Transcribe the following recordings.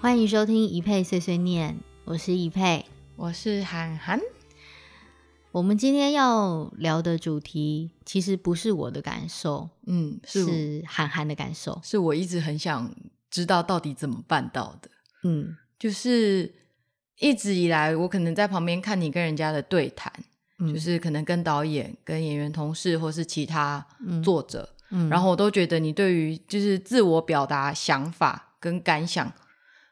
欢迎收听一佩碎碎念，我是一佩。我是涵涵，我们今天要聊的主题其实不是我的感受，嗯，是是是涵涵的感受。我一直很想知道到底怎么办到的，嗯就是一直以来我可能在旁边看你跟人家的对谈，嗯就是可能跟导演、跟演员同事或是其他嗯作者，嗯然后我都觉得你对于就是自我表达想法跟感想，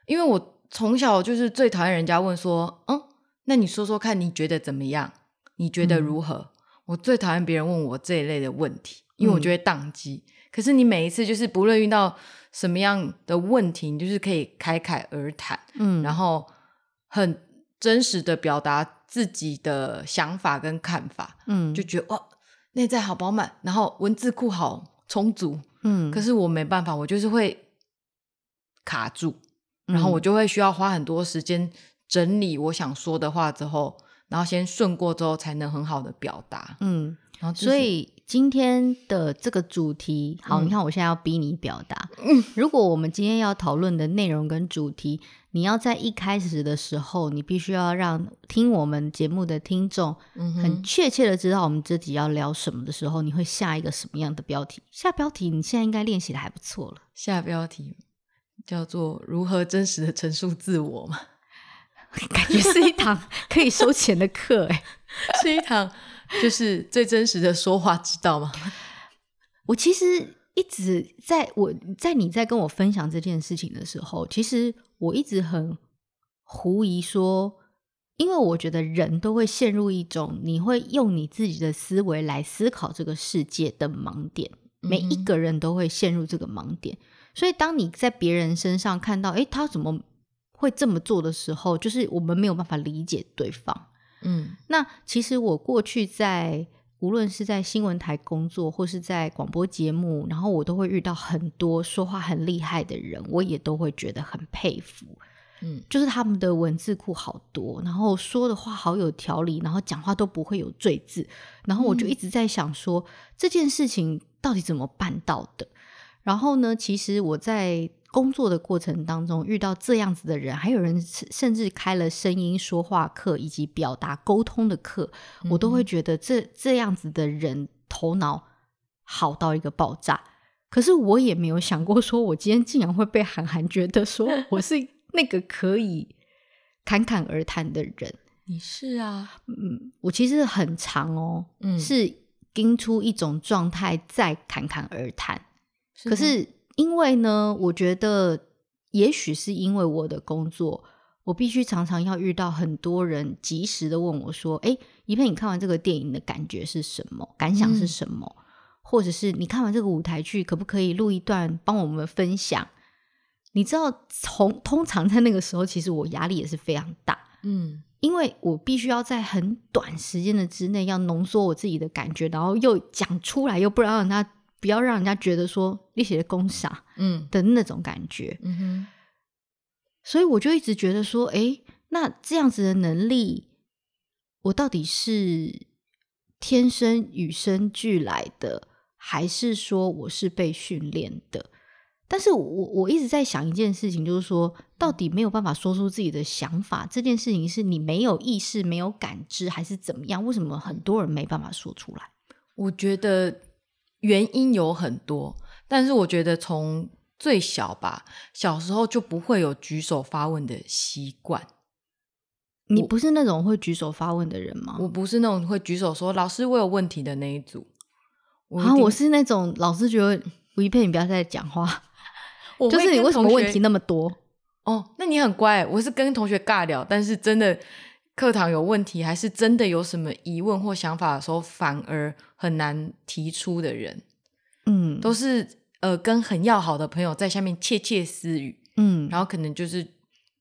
因为我从小就是最讨厌人家问说，嗯，那你说说看，你觉得怎么样？你觉得嗯如何？我最讨厌别人问我这一类的问题，因为我嗯就会宕机。可是你每一次就是不论遇到什么样的问题，你就是可以侃侃而谈，嗯然后很真实的表达自己的想法跟看法，嗯就觉得哇，内在好饱满，然后文字库好充足。嗯可是我没办法，我就是会卡住，然嗯后我就会需要花很多时间整理我想说的话之后，然后先顺过之后，才能很好的表达。嗯，然后就是、嗯所以今天的这个主题，好，你看我现在要逼你表达。如果我们今天要讨论的内容跟主题，你要在一开始的时候，你必须要让听我们节目的听众嗯哼很确切的知道我们这集要聊什么的时候，你会下一个什么样的标题？下标题你现在应该练习的还不错了。下标题叫做“如何真实的陈述自我”嘛， 感觉是一堂 可以收钱的课哎、是一堂就是最真实的说话之道嘛。我其实一直在我在你在跟我分享这件事情的时候，其实我一直很狐疑说，因为我觉得人都会陷入一种你会用你自己的思维来思考这个世界的盲点，每一嗯哼个人都会陷入这个盲点，所以当你在别人身上看到，诶，他怎么会这么做的时候，就是我们没有办法理解对方。嗯那其实我过去在无论是在新闻台工作，或是在广播节目，然后我都会遇到很多说话很厉害的人，我也都会觉得很佩服。嗯就是他们的文字库好多，然后说的话好有条理，然后讲话都不会有赘字，然后我就一直在想说、这件事情到底怎么办到的。然后呢，其实我在工作的过程当中遇到这样子的人，还有人甚甚至开了声音说话课以及表达沟通的课，我都会嗯觉得这这样子的人头脑好到一个爆炸。可是我也没有想过，说我今天竟然会被韩寒觉得说我是那个可以侃侃而谈的人。你是啊，嗯，我其实很长哦，嗯是盯出一种状态再侃侃而谈。可吗是因为呢，我觉得也许是因为我的工作，我必须常常要遇到很多人及时的问我说：“诶，一佩，你看完这个电影的感觉是什么？感想是嗯什么？”或者是你看完这个舞台剧，可不可以录一段帮我们分享？你知道，从通常在那个时候，其实我压力也是非常大，嗯因为我必须要在很短时间的之内要浓缩我自己的感觉，然后又讲出来，又不让人家不要让人家觉得说你写的公傻嗯的那种感觉，嗯哼所以我就一直觉得说，诶，那这样子的能力，我到底是天生与生俱来的，还是说我是被训练的？但是我我一直在想一件事情，就是说，到底没有办法说出自己的想法这件事情，是你没有意识、没有感知，还是怎么样？为什么很多人没办法说出来？我觉得原因有很多，但是我觉得从最小吧，小时候就不会有举手发问的习惯。你不是那种会举手发问的人吗？我不是那种会举手说“老师，我有问题”的那一组。我一啊，定我是那种老师觉得吴一佩，你不要再讲话，我就是你为什么问题呢？那么多？哦，那你很乖。我是跟同学尬聊，但是真的课堂有问题，还是真的有什么疑问或想法的时候，反而很难提出的人，嗯，都是呃跟很要好的朋友在下面窃窃私语。嗯然后可能就是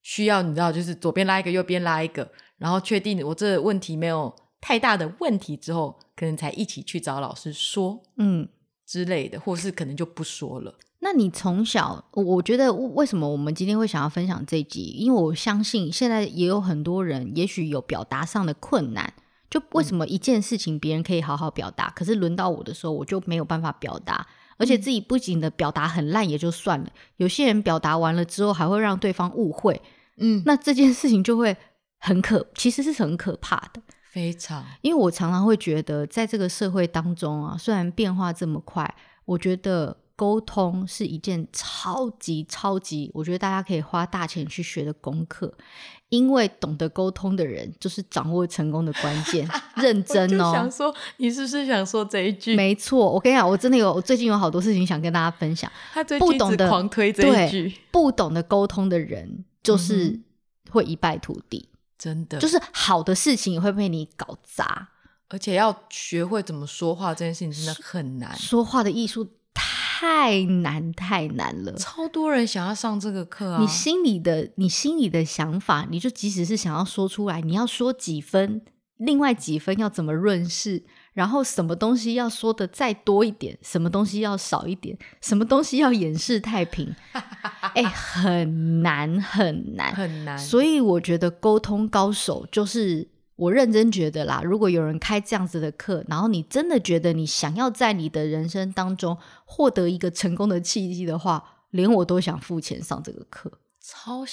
需要你知道，就是左边拉一个，右边拉一个，然后确定我这问题没有太大的问题之后，可能才一起去找老师说嗯。之类的，或是可能就不说了。那你从小，我我觉得为什么我们今天会想要分享这一集？因为我相信现在也有很多人，也许有表达上的困难。嗯就为什么一件事情别人可以好好表达，可是轮到我的时候，我就没有办法表达，而且自己不仅的表达很烂也就算了，有些人表达完了之后还会让对方误会，嗯，那这件事情就会很可，其实是很可怕的。非常因为我常常会觉得，在这个社会当中啊，虽然变化这么快，我觉得沟通是一件超级超级，我觉得大家可以花大钱去学的功课。因为懂得沟通的人，就是掌握成功的关 键。认真我就哦想，说，你是不是想说这一句？没错。我跟你讲，我真的有，我最近有好多事情想跟大家分享。他最不近一懂直得狂推这对一句，不懂得沟通的人，就是嗯会一败涂地，真的就是好的事情也会被你搞砸。而且要学会怎么说话这件事情真的很难，说话的艺术太难太难了。超多人想要上这个课啊！你心里的你心里的想法，你就即使是想要说出来，你要说几分，另外几分要怎么润饰，然后什么东西要说的再多一点，什么东西要少一点，什么东西要掩饰太 平，哎、很难很难。很难，所以我觉得沟通高手就是我认真觉得啦，如果有人开这样子的课，然后你真的觉得你想要在你的人生当中获得一个成功的契机的话，连我都想付钱上这个课。超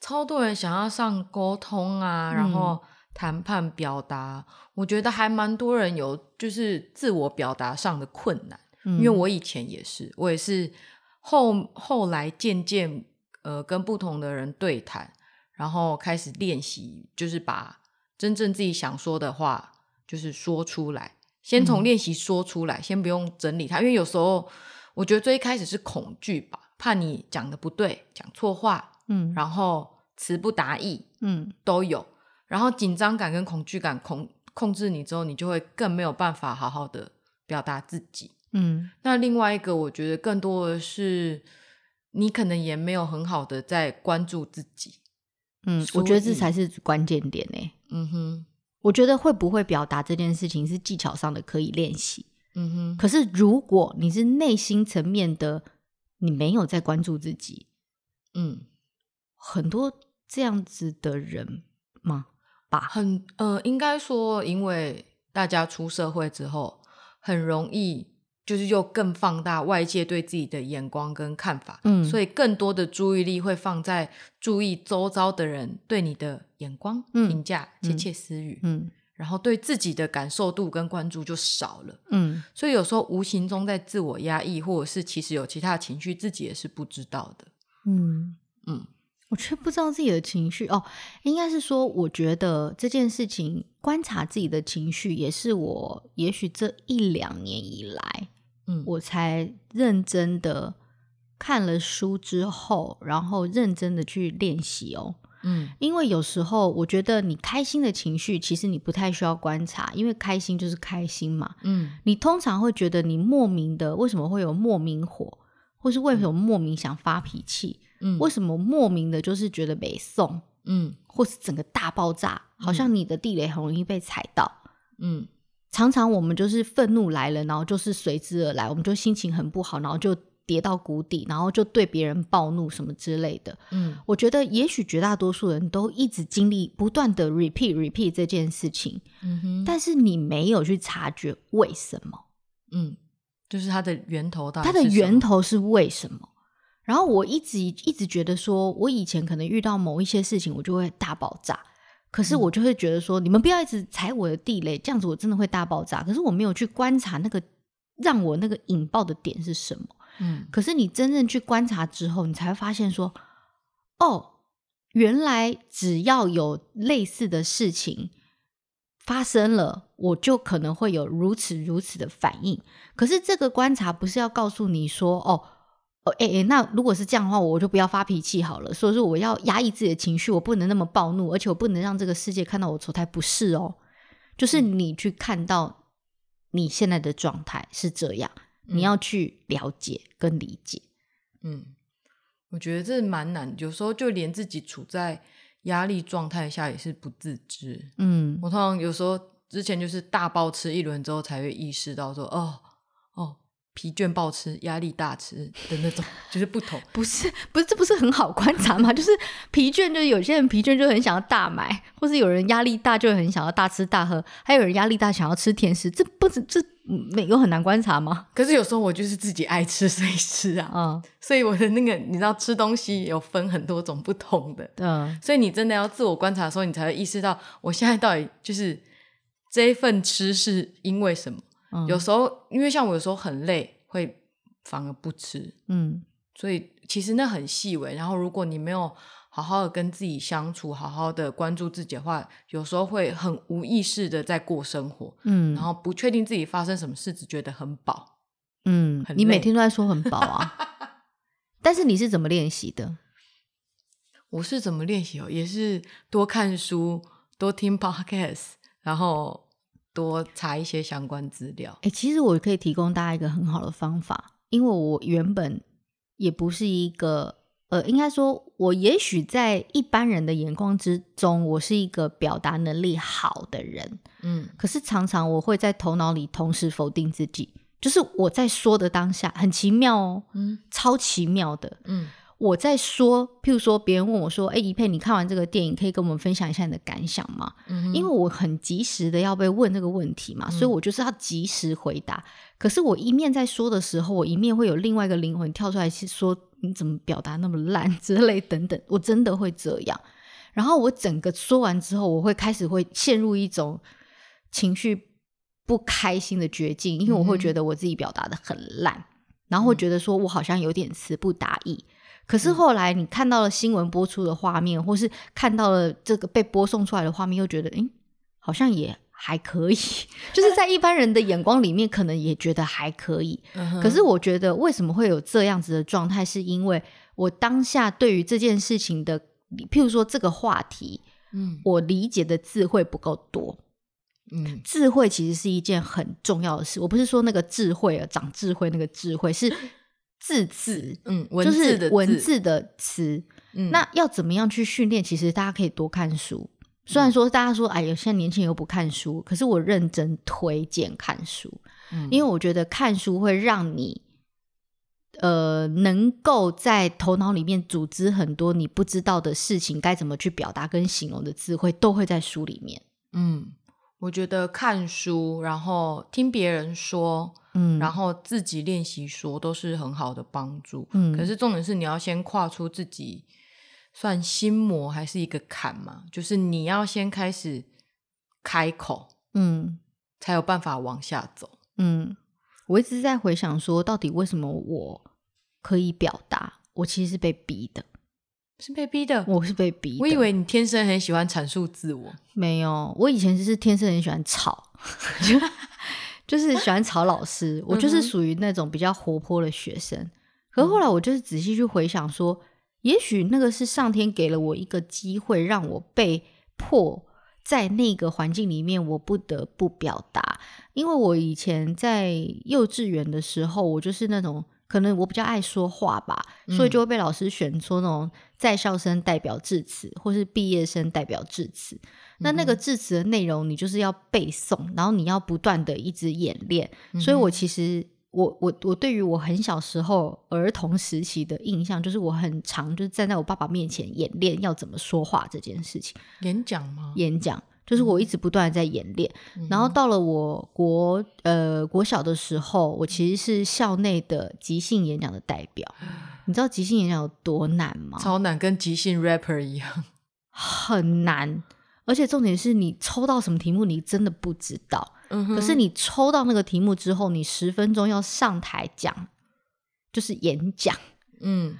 超多人想要上沟通啊，然嗯后谈判表达，我觉得还蛮多人有就是自我表达上的困难，嗯因为我以前也是，我也是后后来渐渐呃跟不同的人对谈，然后开始练习，就是把真正自己想说的话就是说出来，先嗯从练习说出来，先不用整理它，因为有时候我觉得最一开始是恐惧吧，怕你讲的不对，讲错话。嗯然后词不达意嗯都有，然后紧张感跟恐惧感控控制你之后，你就会更没有办法好好的表达自己。嗯那另外一个，我觉得更多的是你可能也没有很好的在关注自己。嗯，所我觉得这以才是关键点呢、嗯哼，我觉得会不会表达这件事情是技巧上的可以练习，嗯哼，可是如果你是内心层面的，你没有在关注自己，嗯，很多这样子的人吗？吧，很呃，应该说，因为大家出社会之后，很容易就是又更放大外界对自己的眼光跟看法，嗯所以更多的注意力会放在注意周遭的人对你的眼光、嗯评价、窃嗯窃私语，嗯然后对自己的感受度跟关注就少了。嗯所以有时候无形中在自我压抑，或者是其实有其他情绪，自己也是不知道的。嗯嗯，我却不知道自己的情绪哦，应该是说，我觉得这件事情观察自己的情绪，也是我也许这一两年以来，嗯，我才认真的看了书之后，然后认真的去练习哦。嗯因为有时候我觉得你开心的情绪，其实你不太需要观察，因为开心就是开心嘛。嗯你通常会觉得你莫名的为什么会有莫名火，或是为什么莫名想发脾气，嗯，为什么莫名的就是觉得没送，嗯或是整个大爆炸，好像你的地雷很容易被踩到。嗯常常我们就是愤怒来了，然后就是随之而来，我们就心情很不好，然后就跌到谷底，然后就对别人暴怒什么之类的。嗯我觉得也许绝大多数人都一直经历不断的 repeat repeat 这件事情，嗯哼，但是你没有去察觉为什么。嗯，就是它的源头到底它的是什源么，头是为什么？然后我一直一直觉得说，我以前可能遇到某一些事情，我就会大爆炸。可是我嗯就会觉得说，你们不要一直踩我的地雷，这样子我真的会大爆炸。可是我没有去观察那个让我那个引爆的点是什么。嗯可是你真正去观察之后，你才会发现说，哦，原来只要有类似的事情发生了，我就可能会有如此如此的反应。可是这个观察不是要告诉你说，哦。哦，哎、欸、那如果是这样的话，我就不要发脾气好了。所以说，我要压抑自己的情绪，我不能那么暴怒，而且我不能让这个世界看到我丑态，不是哦。就是你去看到你现在的状态是这样，嗯你要去了解跟理解。嗯，我觉得这蛮难，有时候就连自己处在压力状态下也是不自知。嗯我通常有时候之前就是大暴吃一轮之后，才会意识到说，哦哦，疲倦暴吃、压力大吃的那种，就是不同。不是，不是，这不是很好观察吗？ 就是疲倦，就是有些人疲倦就很想要大买，或是有人压力大就很想要大吃大喝，还有人压力大想要吃甜食，这不是这嗯没有很难观察吗？ 可是有时候我就是自己爱吃谁吃啊，嗯所以我的那个你知道吃东西有分很多种不同的，嗯所以你真的要自我观察的时候，你才会意识到我现在到底就是这一份吃是因为什么。嗯，有时候因为像我有时候很累，会反而不吃，嗯所以其实那很细微。然后如果你没有好好的跟自己相处，好好的关注自己的话，有时候会很无意识的在过生活，嗯，然后不确定自己发生什么事，只觉得很饱。嗯，很你每累天都在说很饱啊， 但是你是怎么练习的？我是怎么练习哦？也是多看书，多听 podcast，然后多查一些相关资料。哎、其实我可以提供大家一个很好的方法，因为我原本也不是一个，呃，应该说，我也许在一般人的眼光之中，我是一个表达能力好的人，嗯可是常常我会在头脑里同时否定自己，就是我在说的当下，很奇妙哦，嗯超奇妙的，嗯我在说，譬如说别人问我说：“哎、一佩，你看完这个电影，可以跟我们分享一下你的感想吗？”嗯哼，嗯因为我很及时的要被问这个问题嘛，所以我就是要及时回答。可是我一面在说的时候，我一面会有另外一个灵魂跳出来，是说你怎么表达那么烂之类等等，我真的会这样。然后我整个说完之后，我会开始会陷入一种情绪不开心的绝境，因为我会觉得我自己表达的很烂，然后会觉得说我好像有点词不达意。可是后来你看到了新闻播出的画面，或是看到了这个被播送出来的画面，又觉得，诶，好像也还可以， 就是在一般人的眼光里面，可能也觉得还可以。嗯哼可是我觉得为什么会有这样子的状态，是因为我当下对于这件事情的，譬如说这个话题，嗯我理解的智慧不够多。嗯智慧其实是一件很重要的事，我不是说那个智慧啊，长智慧那个智慧 是字词，嗯，文就字是的文字的词。嗯那要怎么样去训练？其实大家可以多看书。虽嗯然说大家说，哎呦，现在年轻人又不看书，可是我认真推荐看书，嗯因为我觉得看书会让你，呃，能够在头脑里面组织很多你不知道的事情，该怎么去表达跟形容的智慧，都会在书里面。嗯，我觉得看书，然后听别人说，嗯，然后自己练习说，都是很好的帮助。嗯可是重点是你要先跨出自己算心魔还是一个坎嘛，就是你要先开始开口，嗯才有办法往下走。嗯，我一直在回想说，到底为什么我可以表达？我其实是被逼的，是被逼的，我是被逼的。我以为你天生很喜欢阐述自我。没有，我以前就是天生很喜欢吵， 就就是喜欢吵老师。我就是属于那种比较活泼的学生。可是后来我就是仔细去回想说，也许那个是上天给了我一个机会，让我被迫在那个环境里面，我不得不表达。因为我以前在幼稚园的时候，我就是那种可能我比较爱说话吧，所以就会被老师选说那种在校生代表致辞，或是毕业生代表致辞。那那个致辞的内容，你就是要背诵，然后你要不断的一直演练。所以我其实。我我我对于我很小时候儿童时期的印象，就是我很常就是站在我爸爸面前演练要怎么说话这件事情。演讲吗？演讲，就是我一嗯直不断的在演练。然后到了我国呃国小的时候，我其实是校内的即兴演讲的代表。你知道即兴演讲有多难吗？超难，跟即兴 rapper 一样。很难，而且重点是你抽到什么题目，你真的不知道。嗯哼可是你抽到那个题目之后，你十分钟要上台讲，就是演讲。嗯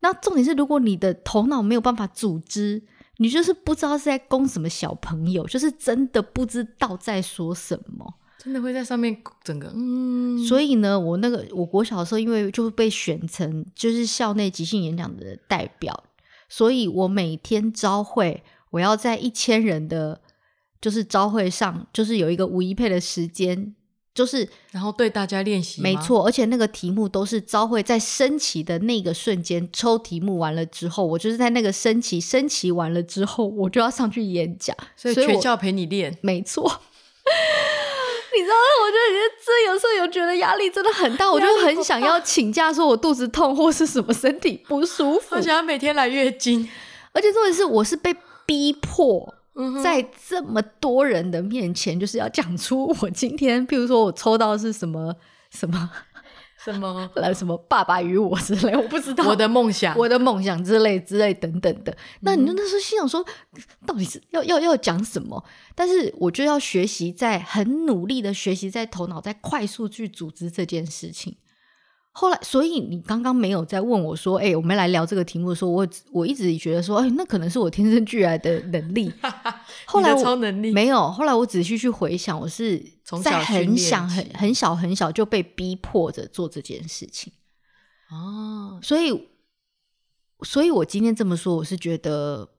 那重点是，如果你的头脑没有办法组织，你就是不知道是在攻什么小朋友，就是真的不知道在说什么。真的会在上面整个嗯，所以呢，我那个我国小的时候，因为就被选成就是校内即兴演讲的代表，所以我每天招会，我要在一千人的，就是招会上，就是有一个五一配的时间，就是然后对大家练习吗，没错，而且那个题目都是朝会在升旗的那个瞬间抽题目完了之后，我就是在那个升旗，升旗完了之后，我就要上去演讲，所以所以全我校陪你练。没错。 你知道，我就觉得这有时候有觉得压力真的很大，我就很想要请假，说我肚子痛或是什么身体不舒服而，且他每天来月经，而且重点是我是被逼迫，嗯哼在这么多人的面前，就是要讲出我今天，譬如说我抽到是什么什么 什么来什么爸爸与我之类，我不知道 我的梦想，我的梦想之类之类等等的。那嗯你就那时候心想说，到底是要要要讲什么？但是我就要学习在很努力的学习，在头脑在快速去组织这件事情。后来，所以你刚刚没有在问我说，哎、我们来聊这个题目的时候，我我一直觉得说，哎、那可能是我天生俱来的能 力。后来你的我超能力没有，后来我仔细去回想，我是从小在训练很 小起很很小很小就被逼迫着做这件事情。哦，所以，所以我今天这么说，我是觉得，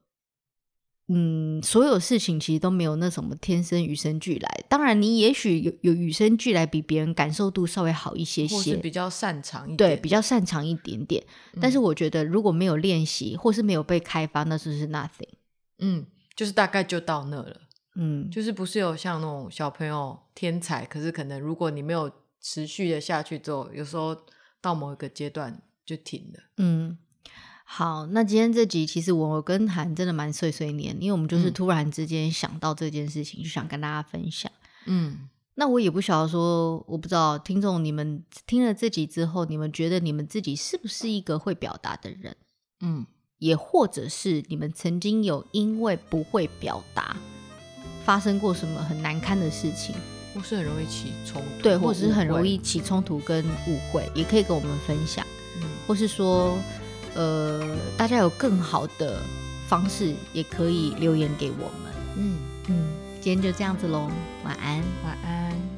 嗯，所有事情其实都没有那什么天生与生俱来。当然，你也许有有与生俱来，比别人感受度稍微好一些或是些，比较擅长一对，点，嗯比较擅长一点点。但是我觉得，如果没有练习，或是没有被开发，那就是 nothing。嗯，就是大概就到那了。嗯，就是不是有像那种小朋友天才，可是可能如果你没有持续的下去之后，有时候到某一个阶段就停了。嗯，好，那今天这集其实我跟韩真的蛮碎碎念，因为我们就是嗯突然之间想到这件事情，就想跟大家分享。嗯，那我也不晓得说，我不知道听众你们听了这集之后，你们觉得你们自己是不是一个会表达的人？嗯，也或者是你们曾经有因为不会表达发生过什么很难堪的事情？或是很容易起冲突，对，或者是很误会容易，起冲突跟误会，也可以跟我们分享，嗯或是说，呃，大家有更好的方式，也可以留言给我们。嗯，嗯，今天就这样子喽，晚安。晚安。